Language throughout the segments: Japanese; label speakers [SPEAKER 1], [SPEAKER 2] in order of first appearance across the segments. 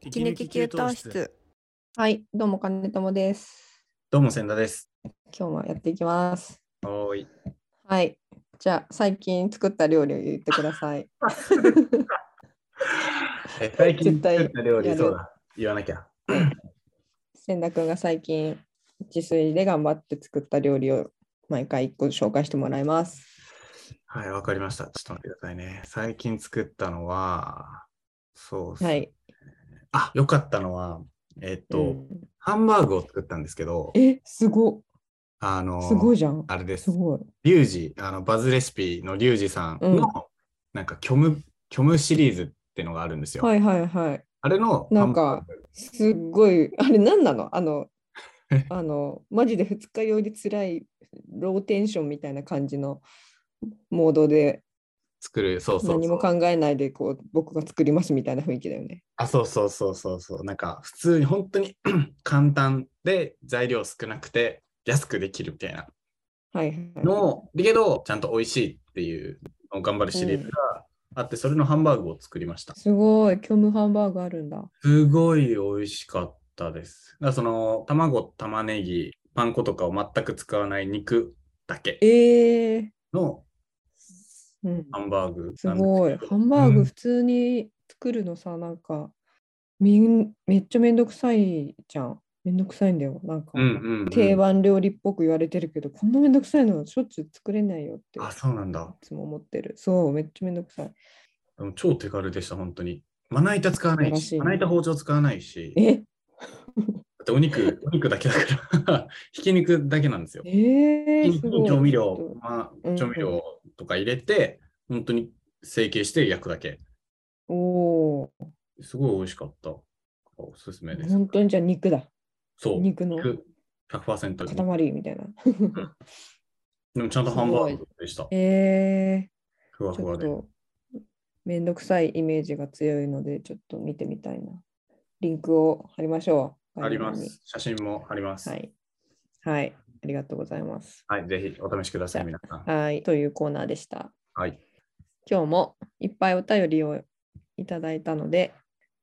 [SPEAKER 1] 息抜き給湯室。
[SPEAKER 2] はい、どうも金友です。
[SPEAKER 3] どうも、千田です。
[SPEAKER 2] 今日もやっていきます。
[SPEAKER 3] おーい。
[SPEAKER 2] はい、じゃあ最近作った料理を言ってください。
[SPEAKER 3] え最近
[SPEAKER 2] 絶対
[SPEAKER 3] 作った料
[SPEAKER 2] や
[SPEAKER 3] 理、
[SPEAKER 2] る
[SPEAKER 3] そうだ。言わなきゃ。
[SPEAKER 2] 千田くんが最近自炊で頑張って作った料理を毎回一個紹介してもらいます。
[SPEAKER 3] はい、わかりました。ちょっと待ってくださいね。最近作ったのは、そうっす
[SPEAKER 2] はい。
[SPEAKER 3] あ、よかったのは、えっと、
[SPEAKER 2] うん
[SPEAKER 3] ハンバーグを作ったんですけど、
[SPEAKER 2] え、すご
[SPEAKER 3] あの、
[SPEAKER 2] すごいじゃん。
[SPEAKER 3] あれですす。
[SPEAKER 2] ごい。
[SPEAKER 3] リュウジ、あの、バズレシピのリュウジさんの、
[SPEAKER 2] うん
[SPEAKER 3] なんか、虚無、虚無シリーズってのがあるんですよ。
[SPEAKER 2] はいはいはい。
[SPEAKER 3] あれの、
[SPEAKER 2] なんか、すっごい、あれ何なのあの
[SPEAKER 3] え、
[SPEAKER 2] あの、マジで2日酔いで辛いローテンションみたいな感じのモードで
[SPEAKER 3] 作る、そうそうそう。
[SPEAKER 2] 何も考えないでこう僕が作りますみたいな雰囲気だよね。
[SPEAKER 3] あ、そうそうそうそうそう。なんか普通に本当に 簡単で材料少なくて安くできるみたいな
[SPEAKER 2] はいはい。
[SPEAKER 3] のを、だけどちゃんと美味しいっていうのを頑張るシリーズがあって、それのハンバーグを作りました。
[SPEAKER 2] すごい、虚無ハンバーグあるんだ。
[SPEAKER 3] すごい美味しかったです。だからその卵、玉ねぎ、パン粉とかを全く使わない肉だけ
[SPEAKER 2] ええ
[SPEAKER 3] の
[SPEAKER 2] うん、
[SPEAKER 3] ハンバーグ
[SPEAKER 2] す
[SPEAKER 3] なんですけど
[SPEAKER 2] ごい。ハンバー
[SPEAKER 3] う
[SPEAKER 2] グ
[SPEAKER 3] ん
[SPEAKER 2] 普通に作るのさ、なんかみんめっちゃめんどくさいじゃん。めんどくさいんだよ。なんか、
[SPEAKER 3] うんうんうん
[SPEAKER 2] 定番料理っぽく言われてるけど、こんなめんどくさいのしょっちゅう作れないよってい
[SPEAKER 3] あ、そうなんだ。
[SPEAKER 2] つも思ってる。そう、めっちゃめんどくさい。
[SPEAKER 3] でも超手軽でした、本当に。まな板使わない
[SPEAKER 2] 素晴らしい
[SPEAKER 3] し、
[SPEAKER 2] ね
[SPEAKER 3] まな板包丁使わないし。
[SPEAKER 2] え
[SPEAKER 3] だってお 肉、お肉だけだから、 ひき肉だけなんですよ。
[SPEAKER 2] え
[SPEAKER 3] ひ
[SPEAKER 2] ー、
[SPEAKER 3] き
[SPEAKER 2] す
[SPEAKER 3] 肉に
[SPEAKER 2] ごい。
[SPEAKER 3] 調味
[SPEAKER 2] ちょ
[SPEAKER 3] 料
[SPEAKER 2] っ、
[SPEAKER 3] ま
[SPEAKER 2] うん
[SPEAKER 3] あ、調味料とか入れて、本当に成形して焼くだけ。
[SPEAKER 2] とお
[SPEAKER 3] すごい美味しかった。おすすめ
[SPEAKER 2] お、
[SPEAKER 3] です。
[SPEAKER 2] 本当にじゃあ肉だ。
[SPEAKER 3] そう。
[SPEAKER 2] 肉の
[SPEAKER 3] 肉100%肉
[SPEAKER 2] 塊みたいな。
[SPEAKER 3] でもちゃんとハンバーグでした。
[SPEAKER 2] え
[SPEAKER 3] ふわ
[SPEAKER 2] ー、ち
[SPEAKER 3] ふ
[SPEAKER 2] ょ
[SPEAKER 3] わ
[SPEAKER 2] っ
[SPEAKER 3] で。
[SPEAKER 2] とめんどくさいイメージが強いので、ちょっと見てみたいな。リンクを貼りましょう。
[SPEAKER 3] ありま
[SPEAKER 2] 概要欄
[SPEAKER 3] す。写真もあります。
[SPEAKER 2] に。
[SPEAKER 3] は
[SPEAKER 2] は
[SPEAKER 3] い。
[SPEAKER 2] い。はい。ありがとうございます。
[SPEAKER 3] ぜひお試しください、皆さん。
[SPEAKER 2] はい。というコーナーでした。
[SPEAKER 3] はい。
[SPEAKER 2] 今日もいっぱいお便りをいただいたので、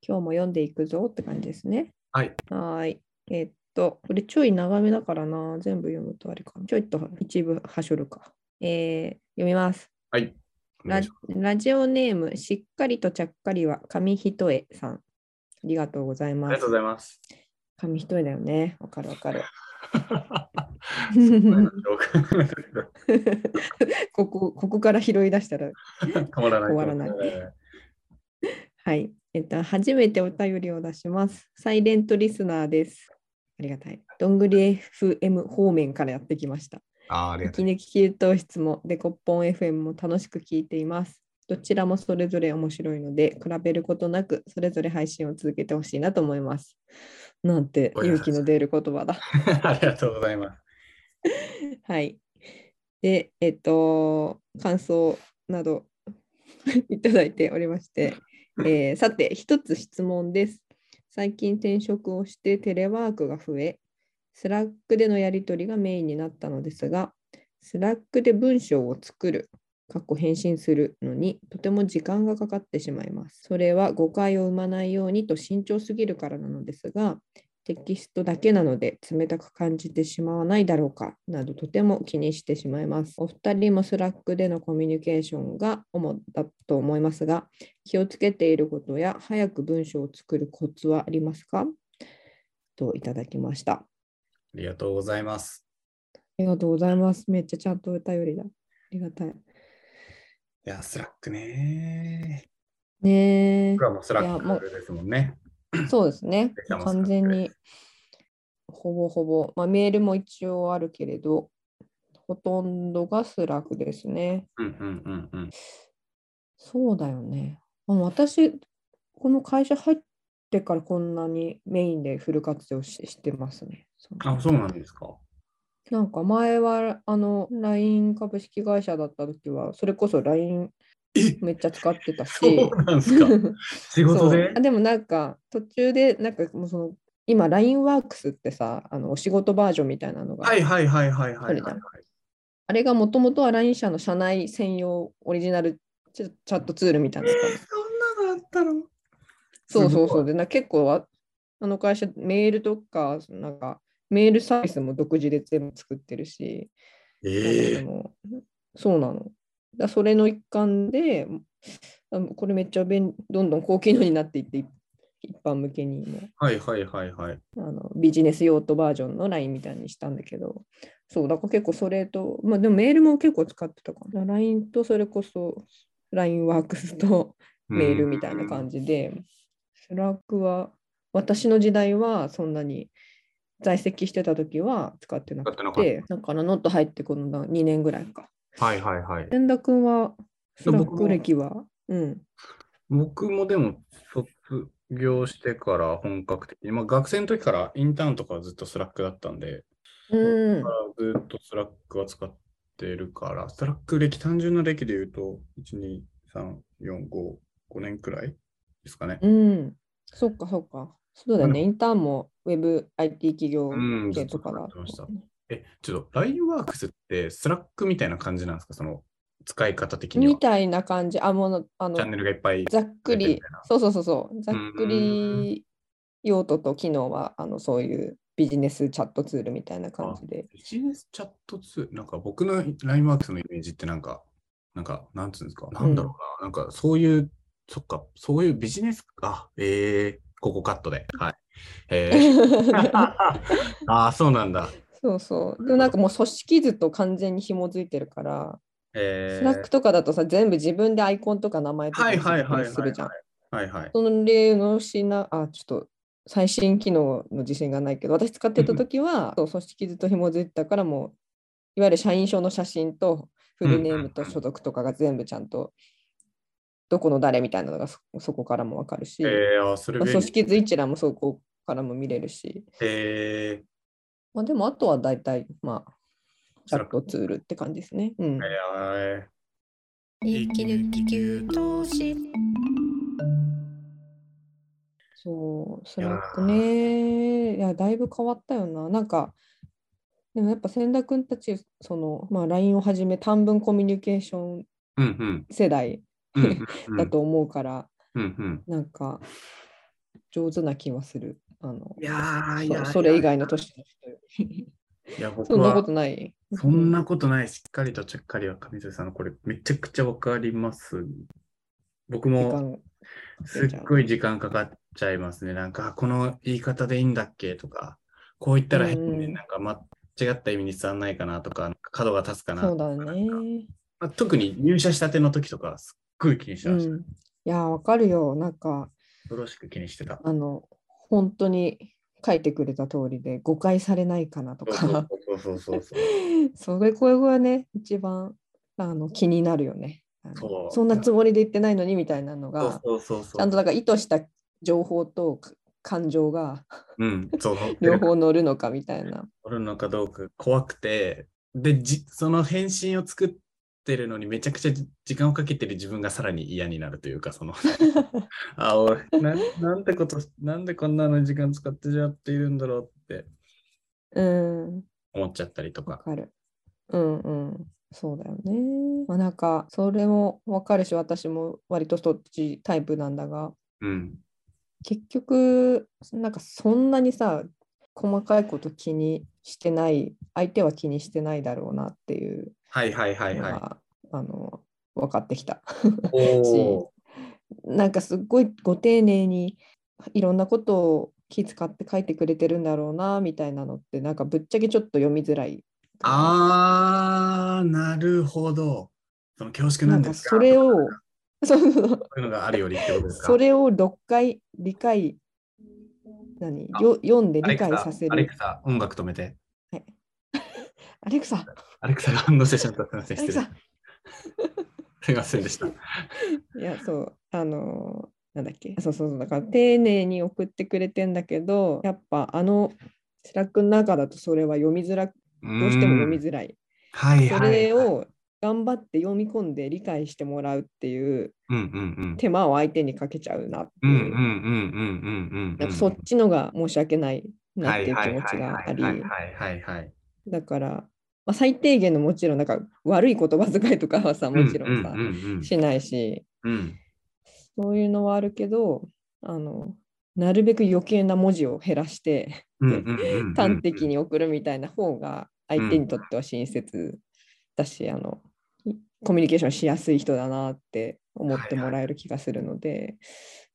[SPEAKER 2] 今日も読んでいくぞって感じですね。
[SPEAKER 3] はい。
[SPEAKER 2] はーい。えっと、これちょい長めだからな、全部読むとあれかな。ちょいっと一部はしょるか。えー、読みます。
[SPEAKER 3] はい。お願
[SPEAKER 2] ラ
[SPEAKER 3] いします
[SPEAKER 2] ラジオネーム、しっかりとちゃっかりは紙一重さん。ありがとうござい
[SPEAKER 3] あ
[SPEAKER 2] ま
[SPEAKER 3] りが
[SPEAKER 2] す
[SPEAKER 3] とう。ござい ます。
[SPEAKER 2] 紙一重だよね。わかるわかる。ここ、ここから拾い出したら。
[SPEAKER 3] 止まらない。
[SPEAKER 2] 終わらないはい。えっと、初めてお便りを出します。サイレントリスナーです。ありがたい。どんぐり FM 方面からやってきました。
[SPEAKER 3] あーありがと
[SPEAKER 2] 息抜き給湯室もデコッポン FM も楽しく聞いています。どちらもそれぞれ面白いので、比べることなく、それぞれ配信を続けてほしいなと思います。なんて
[SPEAKER 3] ごめんな
[SPEAKER 2] 勇
[SPEAKER 3] さい
[SPEAKER 2] 気の出る言葉だ。
[SPEAKER 3] う。 ありがとうございます。
[SPEAKER 2] はい。で、えっと、感想など いただいておりまして、えーさて、一つ質問です。最近転職をしてテレワークが増え、スラックでのやり取りがメインになったのですが、スラックで文章を作る、かっこ返信するのにとても時間がかかってしまいます。それは誤解を生まないようにと慎重すぎるからなのですが、テキストだけなので冷たく感じてしまわないだろうかなどとても気にしてしまいます。お二人もスラックでのコミュニケーションが主だと思いますが、気をつけていることや早く文章を作るコツはありますかといただきました。あ
[SPEAKER 3] ありがとうございます。
[SPEAKER 2] りがとうございます。めっちゃちゃんとお便りだ。ありがたい。
[SPEAKER 3] いや、スラックね。
[SPEAKER 2] ね
[SPEAKER 3] 僕はもうスラックですもんね。
[SPEAKER 2] え、そうですね
[SPEAKER 3] でき。たもん
[SPEAKER 2] 完全にほぼほぼ、まあ、メールも一応あるけれど、ほとんどがスラックですね。
[SPEAKER 3] うんうんうんうん。
[SPEAKER 2] そうだよね。あ私、この会社入ってからこんなにメインでフル活用ししてますね。そう
[SPEAKER 3] あ、そうなんですか。
[SPEAKER 2] なんか前はあの LINE 株式会社だった時は、それこそ LINE
[SPEAKER 3] え
[SPEAKER 2] めっちゃ使ってたし。
[SPEAKER 3] そうなんですか。仕事
[SPEAKER 2] そう
[SPEAKER 3] で
[SPEAKER 2] あでもなんか途中でなんかもうその今 LINE ワークスってさあのお仕事バージョンみたいなのが、
[SPEAKER 3] はいはいはいはいは
[SPEAKER 2] それ
[SPEAKER 3] い
[SPEAKER 2] だ
[SPEAKER 3] はい。
[SPEAKER 2] あれがもともとは LINE 社の社内専用オリジナルチャチャットツールみたいなのだったの
[SPEAKER 3] そんなのあったの
[SPEAKER 2] そうそ
[SPEAKER 3] す
[SPEAKER 2] うそ
[SPEAKER 3] ご
[SPEAKER 2] う。でな結構ああの会社メールとかなんかメールサービスも独自で全部作ってるし、
[SPEAKER 3] ええ
[SPEAKER 2] なんかもうそうなの。だそれの一環であこれめっちゃ便どんどん高機能になっていって一一般向けにも
[SPEAKER 3] はいはいはいはい。
[SPEAKER 2] あのビジネス用途バージョンの LINE みたいにしたんだけど、そう、だから結構それと、まあでもメールも結構使ってたかな。LINE とそれこそ LINE ワークスとメールみたいな感じで、スラックは私の時代はそんなに在籍してた時は使ってなく
[SPEAKER 3] 使って
[SPEAKER 2] て、だからノット入ってこの2年ぐらいか。
[SPEAKER 3] じ。はいはいはい。
[SPEAKER 2] 千田君はスラッ
[SPEAKER 3] 僕も
[SPEAKER 2] ク歴はうん。
[SPEAKER 3] 僕もでも卒業してから本格的に、まあ、学生の時からインターンとかはずっとスラックだったんで、
[SPEAKER 2] う
[SPEAKER 3] だ
[SPEAKER 2] ん
[SPEAKER 3] か。らずっとスラックは使ってるから、スラック歴、単純な歴で言うと、1、2、3、4、5、5年くらいですかね。
[SPEAKER 2] うん。そっかそっか。そうだよ
[SPEAKER 3] あ
[SPEAKER 2] ね。インターンも Web、IT 企業
[SPEAKER 3] うん、ず
[SPEAKER 2] 系
[SPEAKER 3] っと
[SPEAKER 2] とか
[SPEAKER 3] 使
[SPEAKER 2] だ
[SPEAKER 3] っ
[SPEAKER 2] と
[SPEAKER 3] てました。え、ちょっと LINE ワークスってスラックみたいな感じなんですかその使い方的には。
[SPEAKER 2] み
[SPEAKER 3] チ
[SPEAKER 2] たいな感じ。あ、もう、あの
[SPEAKER 3] ャン、ネルがいっぱい。
[SPEAKER 2] ざっく
[SPEAKER 3] みた
[SPEAKER 2] り
[SPEAKER 3] いな、
[SPEAKER 2] そうそうそうそう、ざっく
[SPEAKER 3] うんうん
[SPEAKER 2] り用途と機能は、あの、そういうビジネスチャットツールみたいな感じで。
[SPEAKER 3] ビジネスチャット2、なんか僕の LINE ワークスのイメージってなんか、なんか、なんつうんですか、なんだろうな、なんかそういう、そっか、そういうビジネスか、えー、ここカットで。はい。えーああ、そうなんだ。
[SPEAKER 2] そうそう。でもなんかもう組織図と完全に紐づいてるから、
[SPEAKER 3] え
[SPEAKER 2] スラックとかだとさ、全部自分でアイコンとか名前とか
[SPEAKER 3] はいはいはいはいはい
[SPEAKER 2] 設定するじゃん。
[SPEAKER 3] はいはい。
[SPEAKER 2] その例のしな、あ、ちょっと最新機能の自信がないけど、私使ってた時は、そう組織図と紐づいてたから、もう、いわゆる社員証の写真と、フルネームと所属とかが全部ちゃんと、どこの誰みたいなのがそそこからもわかるし、
[SPEAKER 3] えー、あそれ
[SPEAKER 2] まあ
[SPEAKER 3] 便
[SPEAKER 2] 組
[SPEAKER 3] 利。
[SPEAKER 2] 織図一覧もそこからも見れるし、
[SPEAKER 3] え
[SPEAKER 2] まあ、でもあとは大体、まあ、チャットツールって感じですね。うん
[SPEAKER 3] ー、えー、
[SPEAKER 2] そう、ス
[SPEAKER 3] いやー
[SPEAKER 2] ラックね。いや、だいぶ変わったよな。なんか、でもやっぱ千田君たち、その、まあ、LINE をはじめ短文コミュニケーション
[SPEAKER 3] うんうん。
[SPEAKER 2] 世代
[SPEAKER 3] うんうんうん
[SPEAKER 2] だと思うから、
[SPEAKER 3] うんうん
[SPEAKER 2] なんか、上手な気はする。あの、
[SPEAKER 3] いやーい
[SPEAKER 2] そ
[SPEAKER 3] や
[SPEAKER 2] それ以
[SPEAKER 3] 外。
[SPEAKER 2] 外の年の人より。
[SPEAKER 3] いや、僕
[SPEAKER 2] そんなこ
[SPEAKER 3] は
[SPEAKER 2] とない。
[SPEAKER 3] そんなことない。しっかりとちゃっかりは上水さんのこれめちゃくちゃわかります。僕
[SPEAKER 2] 時
[SPEAKER 3] も
[SPEAKER 2] 間
[SPEAKER 3] すっごい時間かかっちゃいますね。なんか、あこの言い方でいいんだっけとか、こう言ったら変
[SPEAKER 2] うん
[SPEAKER 3] で、
[SPEAKER 2] うん
[SPEAKER 3] なんか間違った意味に伝わんないかなとか、なんか角が立つかな
[SPEAKER 2] そう
[SPEAKER 3] とか
[SPEAKER 2] だね。
[SPEAKER 3] まあ特に入社したての時とか、すっごい気にして
[SPEAKER 2] う
[SPEAKER 3] ました。
[SPEAKER 2] ん。いやー、わかるよ。なんか、
[SPEAKER 3] よろしく気にしてた。
[SPEAKER 2] あの、本当に書いてくれた通りで、誤解されないかなと
[SPEAKER 3] そう
[SPEAKER 2] か。
[SPEAKER 3] そうそうそうそう。
[SPEAKER 2] それこれがね一番あの気になるよねあの
[SPEAKER 3] そう
[SPEAKER 2] そんなつもりで言ってないのにみたいなの
[SPEAKER 3] そ
[SPEAKER 2] が
[SPEAKER 3] うそうそうそう。
[SPEAKER 2] ちゃんとだから意図した情報とか感 情が
[SPEAKER 3] うん、そう。
[SPEAKER 2] 両方乗るのかみたいな。
[SPEAKER 3] 取るのかどうか怖くて、で、じその返信を作ってるのにめちゃくちゃじ時間をかけてる自分がさらに嫌になるというか、 その、あ、俺な、なんてこと、なんでこんなの時間使ってしまっているんだろうって
[SPEAKER 2] うん
[SPEAKER 3] 思っちゃったりと
[SPEAKER 2] わ
[SPEAKER 3] か。
[SPEAKER 2] かる。うんうん。そうだよね。まあ、なんかそれもわかるし私も割とそっちタイプなんだが
[SPEAKER 3] うん。
[SPEAKER 2] 結局なんかそんなにさ細かいこと気にしてない相手は気にしてないだろうなっていう
[SPEAKER 3] はいはいはいはい。
[SPEAKER 2] まああの分かってきた。
[SPEAKER 3] おー
[SPEAKER 2] なんかすっごいご丁寧にいろんなことを気遣って書いてくれてるんだろうなみたいなのってなんかぶっちゃけちょっと読みづらい。
[SPEAKER 3] あー、なるほど。その恐縮な
[SPEAKER 2] なんん
[SPEAKER 3] で
[SPEAKER 2] か
[SPEAKER 3] す
[SPEAKER 2] それ
[SPEAKER 3] を。
[SPEAKER 2] をそうそうそ
[SPEAKER 3] そ
[SPEAKER 2] う
[SPEAKER 3] ういうのがあるよりってことですか。
[SPEAKER 2] それを読解理解何
[SPEAKER 3] あ
[SPEAKER 2] よ読んで
[SPEAKER 3] アレ
[SPEAKER 2] 理
[SPEAKER 3] クサ
[SPEAKER 2] 解させ
[SPEAKER 3] アレ
[SPEAKER 2] る
[SPEAKER 3] クサ、音楽止めて。
[SPEAKER 2] アレクサ
[SPEAKER 3] アレクサが反応してしまった。すみません、失礼
[SPEAKER 2] アレクサ。
[SPEAKER 3] すみませんでした。
[SPEAKER 2] いやそうあのーなんだっけそうそうそうだから丁寧に送ってくれてんだけどやっぱあのスラックの中だとそれは読みづらくどうしても読みづらい。
[SPEAKER 3] はい
[SPEAKER 2] そ
[SPEAKER 3] はいはい
[SPEAKER 2] れを頑張って読み込んで理解してもらうっていう
[SPEAKER 3] うんうんうん
[SPEAKER 2] 手間を相手にかけちゃうなって
[SPEAKER 3] うんうん
[SPEAKER 2] いう、
[SPEAKER 3] うんうんうんう
[SPEAKER 2] なん
[SPEAKER 3] ん。
[SPEAKER 2] かそっちのが申し訳ないなっていう気持ちがあり
[SPEAKER 3] はいはいはいはいはい。
[SPEAKER 2] だから、まあ、最低限のもちろんなんか悪い言葉遣いとかはさもちろんさ、
[SPEAKER 3] うんうんうん
[SPEAKER 2] しないし
[SPEAKER 3] うん。
[SPEAKER 2] そういうのはあるけどあのなるべく余計な文字を減らして
[SPEAKER 3] うんうんうんうん
[SPEAKER 2] 端的に送るみたいな方が相手にとっては親切だし、あのコミュニケーションしやすい人だなって思ってもらえる気がするので、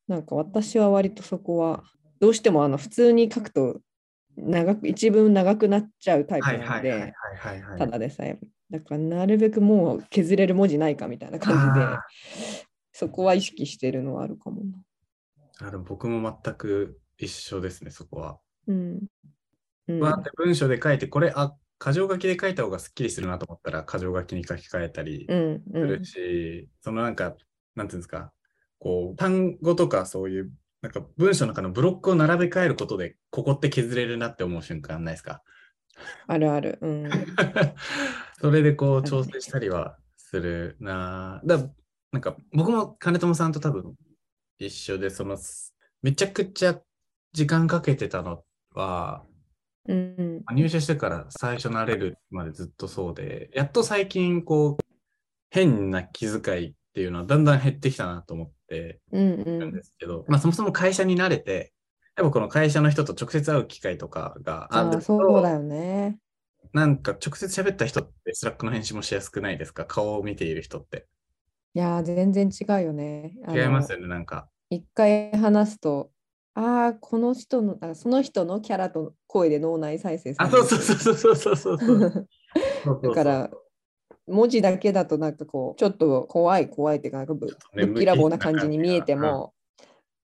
[SPEAKER 2] なんか私は割とそこはどうしてもあの普通に書くと長く一文長くなっちゃうタイプ
[SPEAKER 3] は
[SPEAKER 2] ないので、
[SPEAKER 3] はいはいはいはい
[SPEAKER 2] た
[SPEAKER 3] はい。
[SPEAKER 2] だでさえだからなるべくもう削れる文字ないかみたいな感じで
[SPEAKER 3] あ
[SPEAKER 2] そこは意識してるのはあるかもな。
[SPEAKER 3] あでも僕も全く一緒ですね、そこは。
[SPEAKER 2] うんうん
[SPEAKER 3] わーって文章で書いて、これ、あ、箇条書きで書いた方がすっきりするなと思ったら、箇条書きに書き換えたり
[SPEAKER 2] うん
[SPEAKER 3] す
[SPEAKER 2] うん
[SPEAKER 3] るし、そのなんか、なんていうんですか、こう、単語とかそういう、なんか文章の中のブロックを並べ替えることで、ここって削れるなって思う瞬間ないです か
[SPEAKER 2] あるある。 うん、
[SPEAKER 3] それでこう、調整したりはするな。だなんか、僕も金友さんと多分一緒で、その、めちゃくちゃ時間かけてたのは、
[SPEAKER 2] うん、
[SPEAKER 3] 入社してから最初慣れるまでずっとそうで、やっと最近こう、変な気遣いっていうのはだんだん減ってきたなと思って
[SPEAKER 2] うん、う
[SPEAKER 3] るん
[SPEAKER 2] ん
[SPEAKER 3] で。すけど、まあそもそも会社に慣れて、やっぱこの会社の人と直接会う機会とかがあ
[SPEAKER 2] あ
[SPEAKER 3] る
[SPEAKER 2] あ、
[SPEAKER 3] と、
[SPEAKER 2] そうだよね。
[SPEAKER 3] なんか直接喋った人ってスラックの返信もしやすくないですか顔を見ている人って。
[SPEAKER 2] いやー、全然違うよね。あの
[SPEAKER 3] 違いますよね、なんか。
[SPEAKER 2] 一回話すと、ああ、この人の、あその人のキャラと声で脳内再生さ
[SPEAKER 3] あ、
[SPEAKER 2] れ
[SPEAKER 3] そ
[SPEAKER 2] る
[SPEAKER 3] うそうそうそうそうそうそう。そう
[SPEAKER 2] だから、文字だけだとなんかこう、ちょっと怖い怖いっていうか、なんかぶ
[SPEAKER 3] ちょっと
[SPEAKER 2] ぶ
[SPEAKER 3] ね
[SPEAKER 2] っきらぼうな感じに見えて
[SPEAKER 3] 無機質な感
[SPEAKER 2] も、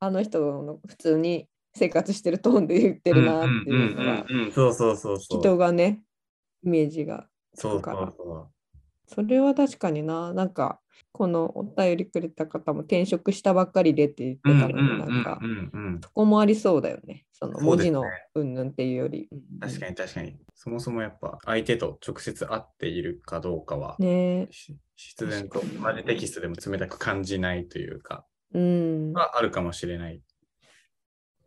[SPEAKER 2] あの人の普通に生活してるトーンで言ってるなっていうのが
[SPEAKER 3] ん、うんうんうんうん、そうそうそうそう。
[SPEAKER 2] 人がね、イメージが
[SPEAKER 3] そうそ
[SPEAKER 2] から
[SPEAKER 3] うそう。
[SPEAKER 2] それは確かにな、なんか、このお便りくれた方も転職したばっかりでって言ってたの
[SPEAKER 3] う
[SPEAKER 2] に、
[SPEAKER 3] んうん
[SPEAKER 2] なんか
[SPEAKER 3] う、んうんうん
[SPEAKER 2] そこもありそうだよね。その
[SPEAKER 3] そう
[SPEAKER 2] 文
[SPEAKER 3] です
[SPEAKER 2] 字
[SPEAKER 3] ね
[SPEAKER 2] のうんぬんっていうより。
[SPEAKER 3] 確かに確かに。そもそもやっぱ相手と直接会っているかどうかは、
[SPEAKER 2] ね
[SPEAKER 3] し必然と
[SPEAKER 2] 確かに
[SPEAKER 3] まるでテキストでも冷たく感じないというか、
[SPEAKER 2] え。うん。
[SPEAKER 3] はあるかもしれない。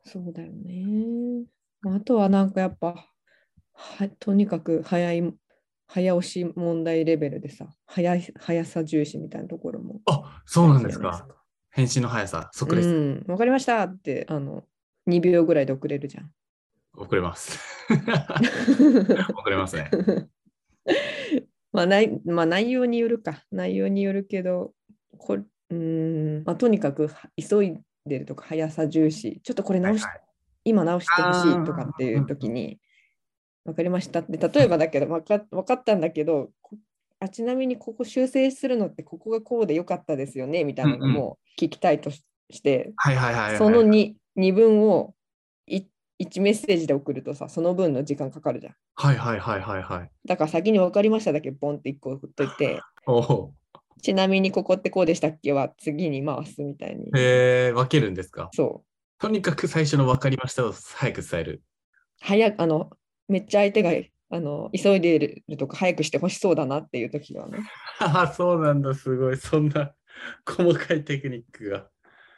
[SPEAKER 2] そうだよね。あとはなんかやっぱ、はとにかく早い、早押し問題レベルでさ、早い、速さ重視みたいなところも。
[SPEAKER 3] あそうなんです
[SPEAKER 2] いいじゃ
[SPEAKER 3] か
[SPEAKER 2] な。
[SPEAKER 3] 返信の速さ、即
[SPEAKER 2] う
[SPEAKER 3] です。
[SPEAKER 2] ん、わかりましたって、あの、2秒ぐらいで遅れるじゃん。
[SPEAKER 3] 遅れます。 遅れますね。
[SPEAKER 2] まあないまあ、内容によるか内容によるけどこうーん、まあ、とにかくは急いでるとか速さ重視ちょっとこれ 直し、
[SPEAKER 3] はい
[SPEAKER 2] 今直してほし
[SPEAKER 3] あー
[SPEAKER 2] いとかっていう時に分かりましたって例えばだけど分かわかったんだけどこあちなみにここ修正するのってここがこうでよかったですよねみたいなの
[SPEAKER 3] うんうん
[SPEAKER 2] も聞きたいとしして、
[SPEAKER 3] はいはいはいはい。
[SPEAKER 2] その 2, 2文を 1, 1メッセージで送るとさその分の時間かかるじゃん。
[SPEAKER 3] はいはいはいはいはい。
[SPEAKER 2] だから先に分かりましただけボンって1個振っといて、
[SPEAKER 3] おお。
[SPEAKER 2] ちなみにここってこうでしたっけは次に回すみたいに。
[SPEAKER 3] えー、分けるんですか
[SPEAKER 2] そう。
[SPEAKER 3] とにかく最初の分かりましたを早く伝える。
[SPEAKER 2] 早く、あの、めっちゃ相手があの急いでいるとか早くしてほしそうだなっていう時はね。
[SPEAKER 3] ああ、 そうなんだ、すごい。そんな細かいテクニックが。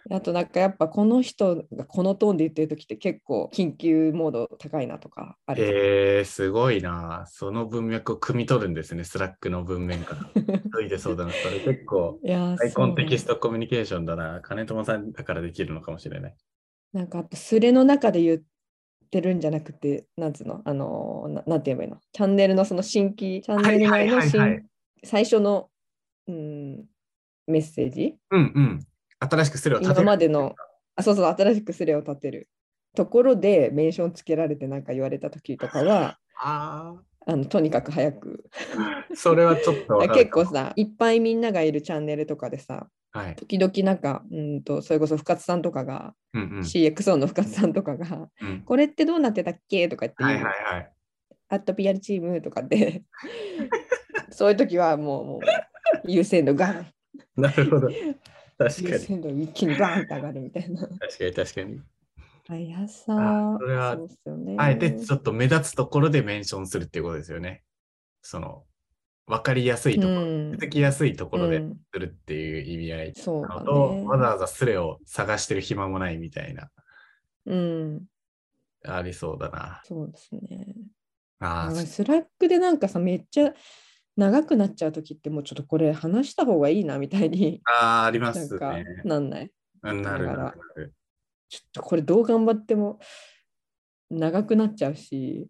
[SPEAKER 2] あとなんかやっぱこの人がこのトーンで言ってる時って結構緊急モード高いなとかあるじゃん
[SPEAKER 3] えー、すごいな。その文脈を汲み取るんですね、スラックの文面から。急いでそうだな。それ結構、
[SPEAKER 2] いやー
[SPEAKER 3] アイコンテキス
[SPEAKER 2] そう
[SPEAKER 3] トコミュニケーションだな。金友さんだからできるのかもしれない。
[SPEAKER 2] なんかやっぱスレの中で言ってるんじゃなくて、なんつうの、あのーな、なんて言えばいいの、チャンネルのその新規、チャンネル内の新、
[SPEAKER 3] はいはいはいはい
[SPEAKER 2] 最初の、うん、メッセージ
[SPEAKER 3] うんうん。新しくすれば
[SPEAKER 2] 今までの。あ、そうそう、新しくスレを立てるところで、メンションつけられてなんか言われた時とかは、
[SPEAKER 3] あ
[SPEAKER 2] あのとにかく早く。
[SPEAKER 3] あ、それはちょっとわかる
[SPEAKER 2] 結
[SPEAKER 3] かも
[SPEAKER 2] 構さ、いっぱいみんながいるチャンネルとかでさ、
[SPEAKER 3] はい。
[SPEAKER 2] 時々なんか、うんと、それこそ深津さんとかが、
[SPEAKER 3] うんうん。
[SPEAKER 2] CXO の深津さんとかが、
[SPEAKER 3] うん
[SPEAKER 2] これってどうなってたっけとか言って、
[SPEAKER 3] はいはいはい。
[SPEAKER 2] アット PR チームとかで、そういう時はもうもう優先度ガン、
[SPEAKER 3] なるほど。確か
[SPEAKER 2] 優
[SPEAKER 3] に。
[SPEAKER 2] 先度一気にガンって上がるみたいな。
[SPEAKER 3] 確かに確かに。
[SPEAKER 2] 速さ
[SPEAKER 3] あ、それは
[SPEAKER 2] そうっすよね。
[SPEAKER 3] あえてちょっと目立つところでメンションするっていうことですよね。その、わかりやすいところ、
[SPEAKER 2] うん
[SPEAKER 3] 気づきやすいところ
[SPEAKER 2] う
[SPEAKER 3] で
[SPEAKER 2] ん
[SPEAKER 3] するっていう意味合い
[SPEAKER 2] そう
[SPEAKER 3] な
[SPEAKER 2] だ
[SPEAKER 3] のと、
[SPEAKER 2] ね。
[SPEAKER 3] わざわざスレを探してる暇もないみたいな、
[SPEAKER 2] うん、
[SPEAKER 3] ありそうだな。
[SPEAKER 2] そうですね。
[SPEAKER 3] あ
[SPEAKER 2] あ
[SPEAKER 3] ー
[SPEAKER 2] のスラックでなんかさ、めっちゃ長くなっちゃう時って、もうちょっとこれ話した方がいいなみたいに
[SPEAKER 3] あー、ありま
[SPEAKER 2] なん
[SPEAKER 3] す
[SPEAKER 2] か
[SPEAKER 3] ね。
[SPEAKER 2] なんない。
[SPEAKER 3] うんなる
[SPEAKER 2] だ
[SPEAKER 3] な
[SPEAKER 2] から
[SPEAKER 3] るなる。
[SPEAKER 2] ちょっとこれどう頑張っても長くなっちゃうし、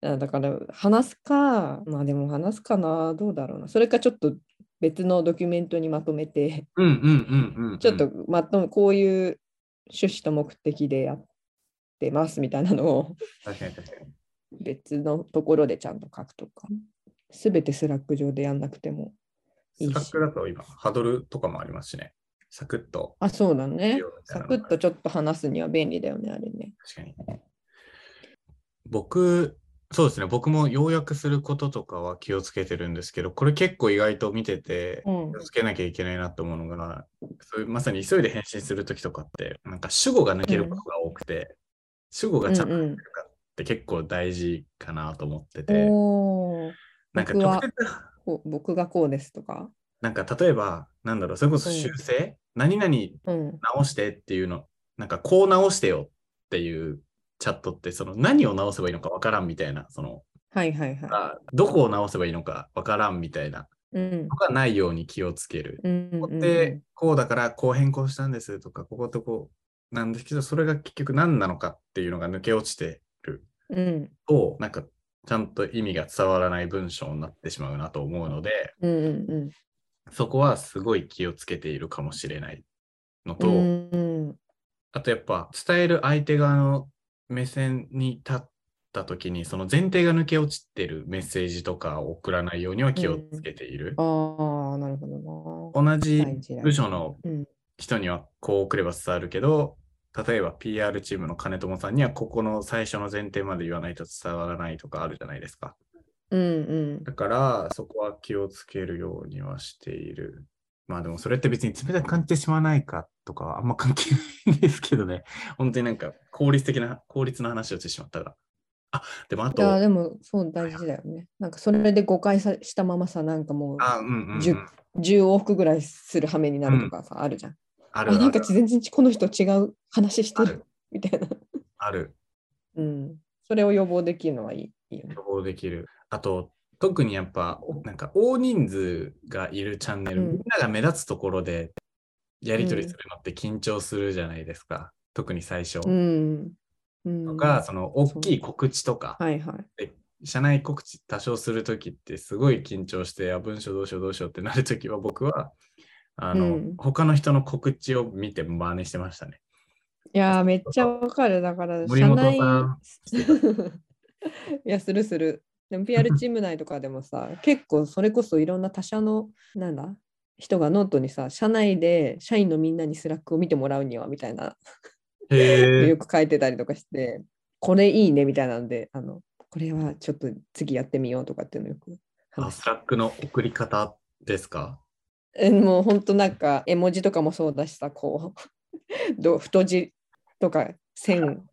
[SPEAKER 2] あだから話すか、まあでも話すかな、どうだろうな。それかちょっと別のドキュメントにまとめて、
[SPEAKER 3] うんうんうんうんうん。
[SPEAKER 2] ちょっとまとめ、こういう趣旨と目的でやってますみたいなのを
[SPEAKER 3] 確かに確かに。
[SPEAKER 2] 別のところでちゃんと書くとか、すべてスラック上でやんなくてもい
[SPEAKER 3] ス
[SPEAKER 2] いし
[SPEAKER 3] ラックだと今、ハドルとかもありますしね。サクッと。
[SPEAKER 2] あ、そうだ
[SPEAKER 3] い
[SPEAKER 2] ね
[SPEAKER 3] いよ。みたい
[SPEAKER 2] サ
[SPEAKER 3] なの
[SPEAKER 2] クッとちょっと話すには便利だよね、あれね。
[SPEAKER 3] 確かに。僕、そうですね。僕も要約することとかは気をつけてるんですけど、これ結構意外と見てて、
[SPEAKER 2] うん
[SPEAKER 3] 気をつけなきゃいけないなと思うのが、そういうまさに急いで返信するときとかって、なんか主語が抜けることが多くて、主語がちゃんと抜けるかって結構大事かなと思ってて、
[SPEAKER 2] おー
[SPEAKER 3] なんか
[SPEAKER 2] 僕は
[SPEAKER 3] 直接、
[SPEAKER 2] こう僕がこうですとか。
[SPEAKER 3] なんか例えば、なんだろう、それこそ修正、何々
[SPEAKER 2] うん。
[SPEAKER 3] 直してっていうの、なんかこう直してよっていうチャットって、その何を直せばいいのかわからんみたいな、その、
[SPEAKER 2] はいはいはい。
[SPEAKER 3] あどこを直せばいいのかわからんみたいな
[SPEAKER 2] うん
[SPEAKER 3] の。がないように気をつける。
[SPEAKER 2] うんうん
[SPEAKER 3] こ
[SPEAKER 2] う
[SPEAKER 3] こ
[SPEAKER 2] ん
[SPEAKER 3] ってこうだからこう変更したんですとか、こことこうなんですけど、それが結局何なのかっていうのが抜け落ちてる
[SPEAKER 2] うん
[SPEAKER 3] と、なんかちゃんと意味が伝わらない文章になってしまうなと思うので、
[SPEAKER 2] うんうんうん
[SPEAKER 3] そこはすごい気をつけているかもしれないのと、
[SPEAKER 2] うんうん
[SPEAKER 3] あとやっぱ伝える相手側の目線に立った時にその前提が抜け落ちてるメッセージとかを送らないようには気をつけている。
[SPEAKER 2] ああ、なるほど
[SPEAKER 3] 同じ
[SPEAKER 2] 大事だ
[SPEAKER 3] 部署の
[SPEAKER 2] うん
[SPEAKER 3] 人にはこう送れば伝わるけど、例えば PR チームの金友さんにはここの最初の前提まで言わないと伝わらないとかあるじゃないですか。
[SPEAKER 2] な。うん
[SPEAKER 3] だからそこは気をつけるようにはしている。まあでもそれって別に冷たく感じてしまわないかとかはあんま関係ないんですけどね。本当になんか効率的な、効率の話をしてしまったが。あ、でもあ
[SPEAKER 2] うん。いや、
[SPEAKER 3] と、
[SPEAKER 2] でもそう大事だよね。なんかそれで誤解さしたままさ、なんかもう
[SPEAKER 3] あ、うんうん、うん。
[SPEAKER 2] 1010往復ぐらいする羽目になるとかさ、あるじゃん。
[SPEAKER 3] あ
[SPEAKER 2] あ
[SPEAKER 3] る
[SPEAKER 2] な
[SPEAKER 3] あ
[SPEAKER 2] んか
[SPEAKER 3] る。
[SPEAKER 2] 全然この人違う話してる みたいな。
[SPEAKER 3] ある。
[SPEAKER 2] うん。それを予防できるのはいいいいよね
[SPEAKER 3] 予。防できる。あと、特にやっぱ、なんか大人数がいるチャンネル、
[SPEAKER 2] うん
[SPEAKER 3] みんなが目立つところでやり取りするのって緊張するじゃないですか。特に最初。
[SPEAKER 2] うん。うん、
[SPEAKER 3] とか、その大きい告知とか、
[SPEAKER 2] はいはい。
[SPEAKER 3] 社内告知多少するときってすごい緊張して、あ、文章どうしようどうしようってなるときは僕は、あの、
[SPEAKER 2] うん
[SPEAKER 3] 他の人の告知を見て真似してましたね。
[SPEAKER 2] いやー、めっちゃわかる。だから、
[SPEAKER 3] 森
[SPEAKER 2] 社
[SPEAKER 3] 本
[SPEAKER 2] 内。
[SPEAKER 3] さんしてた。
[SPEAKER 2] いや、するする。でも PR チーム内とかでもさ、結構それこそいろんな他社の、なんだ、人がノートにさ、社内で社員のみんなにスラックを見てもらうにはみたいな、
[SPEAKER 3] へ
[SPEAKER 2] よ
[SPEAKER 3] え。
[SPEAKER 2] く書いてたりとかして、これいいねみたいなので、あの、これはちょっと次やってみようとかっていうのよく
[SPEAKER 3] あ、
[SPEAKER 2] 話す
[SPEAKER 3] スラックの送り方ですか
[SPEAKER 2] えもうほんとなんか絵文字とかもそうだしさこう ど太字とか線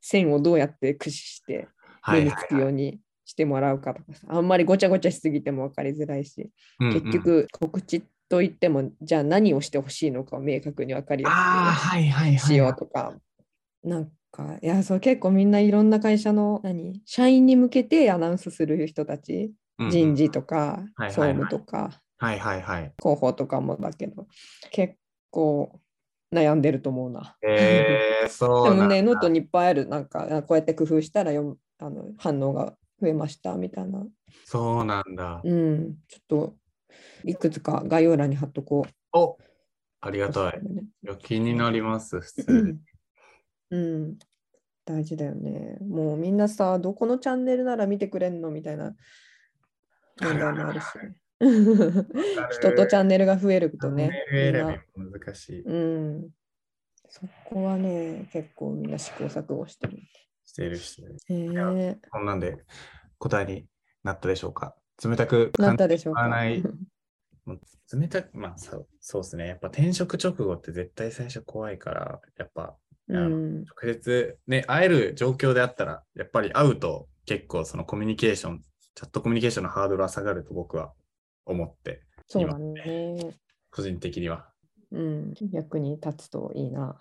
[SPEAKER 2] 線をどうやって駆使して
[SPEAKER 3] は
[SPEAKER 2] 目
[SPEAKER 3] い
[SPEAKER 2] に
[SPEAKER 3] は
[SPEAKER 2] つ
[SPEAKER 3] い
[SPEAKER 2] くようにしてもらうかとかさあんまりごちゃごちゃしすぎても分かりづらいし、
[SPEAKER 3] うんうん
[SPEAKER 2] 結局告知といってもじゃあ何をしてほしいのかを明確に分かりや
[SPEAKER 3] ああ、
[SPEAKER 2] す
[SPEAKER 3] はいはい
[SPEAKER 2] くし
[SPEAKER 3] はい
[SPEAKER 2] よ
[SPEAKER 3] は
[SPEAKER 2] う
[SPEAKER 3] い。
[SPEAKER 2] とか、なんかいやそう結構みんないろんな会社の何社員に向けてアナウンスする人たち
[SPEAKER 3] うんうん
[SPEAKER 2] 人事とか
[SPEAKER 3] はいはいはい
[SPEAKER 2] 総務とか。
[SPEAKER 3] はいはい はい。
[SPEAKER 2] 広報とかもだけど結構悩んでると思うな。
[SPEAKER 3] えー、そう
[SPEAKER 2] で
[SPEAKER 3] なんだ
[SPEAKER 2] もねノートにいっぱいあるなんかあこうやって工夫したら読むあの反応が増えましたみたいな、
[SPEAKER 3] そうなんだ。
[SPEAKER 2] うん、ちょっといくつか概要欄に貼っとこう。
[SPEAKER 3] おありがたい。いや気になります、普通に。
[SPEAKER 2] うん、大事だよね。もうみんなさどこのチャンネルなら見てくれんのみたいな問題もあるし。人とチャンネルが増えるとね。
[SPEAKER 3] メール
[SPEAKER 2] みんな
[SPEAKER 3] 選びも難しい。
[SPEAKER 2] うん。そこはね、結構みんな試行錯誤してる。
[SPEAKER 3] してるしてる。
[SPEAKER 2] へえ
[SPEAKER 3] こんなんで答えになったでしょうか。冷たく感
[SPEAKER 2] なっ
[SPEAKER 3] じ
[SPEAKER 2] たでしょうか。
[SPEAKER 3] 買わないもう冷たく、まあそうそうですね。やっぱ転職直後って絶対最初怖いから、やっぱ
[SPEAKER 2] うん。
[SPEAKER 3] 直接ね、会える状況であったら、やっぱり会うと結構そのコミュニケーション、チャットコミュニケーションのハードルは下がると僕は思って、
[SPEAKER 2] そうだね。
[SPEAKER 3] 個人的には。
[SPEAKER 2] うん。役に立つといいな。